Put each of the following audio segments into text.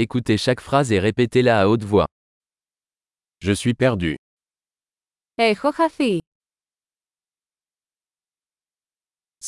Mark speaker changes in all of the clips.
Speaker 1: Écoutez chaque phrase et répétez-la à haute voix.
Speaker 2: Je suis perdu.
Speaker 3: Έχω χαθεί.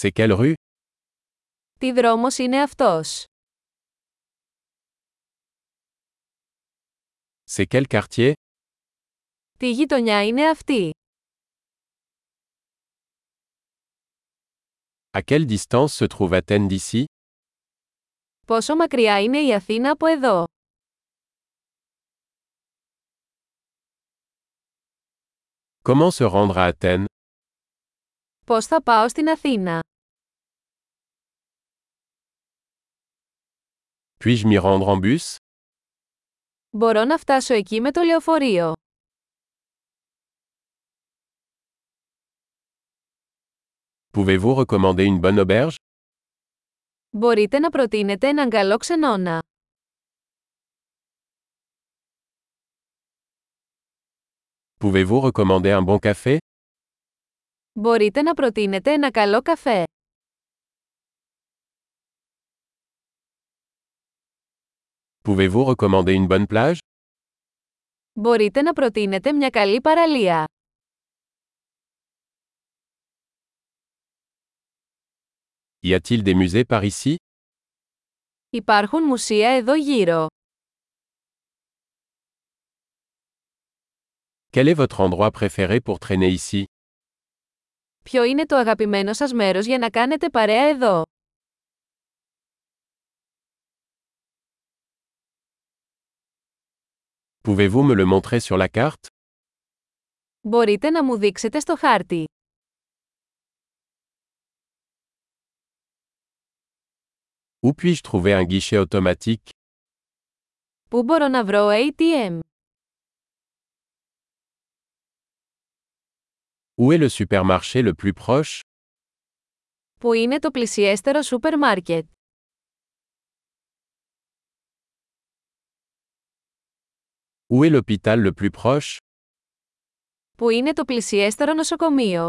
Speaker 2: C'est quelle rue
Speaker 3: Τι δρόμος είναι αυτός.
Speaker 2: C'est quel quartier
Speaker 3: Τι γειτονιά είναι αυτή.
Speaker 2: À quelle distance se trouve Athènes d'ici
Speaker 3: Πόσο μακριά είναι η Αθήνα από εδώ.
Speaker 2: Comment se rendre à Athènes
Speaker 3: Πώς θα πάω στην Αθήνα.
Speaker 2: Puis-je m'y rendre en bus
Speaker 3: Μπορώ να φτάσω εκεί με το λεωφορείο.
Speaker 2: Pouvez-vous recommander une bonne auberge
Speaker 3: Μπορείτε να προτείνετε έναν καλό ξενώνα.
Speaker 2: Pouvez-vous recommander un bon café
Speaker 3: Μπορείτε να προτείνετε ένα καλό καφέ.
Speaker 2: Pouvez-vous recommander une bonne plage
Speaker 3: Μπορείτε να προτείνετε μια καλή παραλία.
Speaker 2: Y a-t-il des musées par ici
Speaker 3: Υπάρχουν μουσεία εδώ γύρω.
Speaker 2: Quel est votre endroit préféré pour traîner ici
Speaker 3: Ποιο είναι το αγαπημένο σας μέρος για να κάνετε παρέα εδώ.
Speaker 2: Pouvez-vous me le montrer sur la carte
Speaker 3: Μπορείτε να μου δείξετε στο χάρτη.
Speaker 2: Où puis-je trouver un guichet automatique
Speaker 3: Πού μπορώ να βρω ATM.
Speaker 2: Où est le supermarché le plus proche
Speaker 3: Πού είναι το πλησιέστερο σούπερ μάρκετ.
Speaker 2: Où est l'hôpital le plus proche
Speaker 3: Πού είναι το πλησιέστερο νοσοκομείο.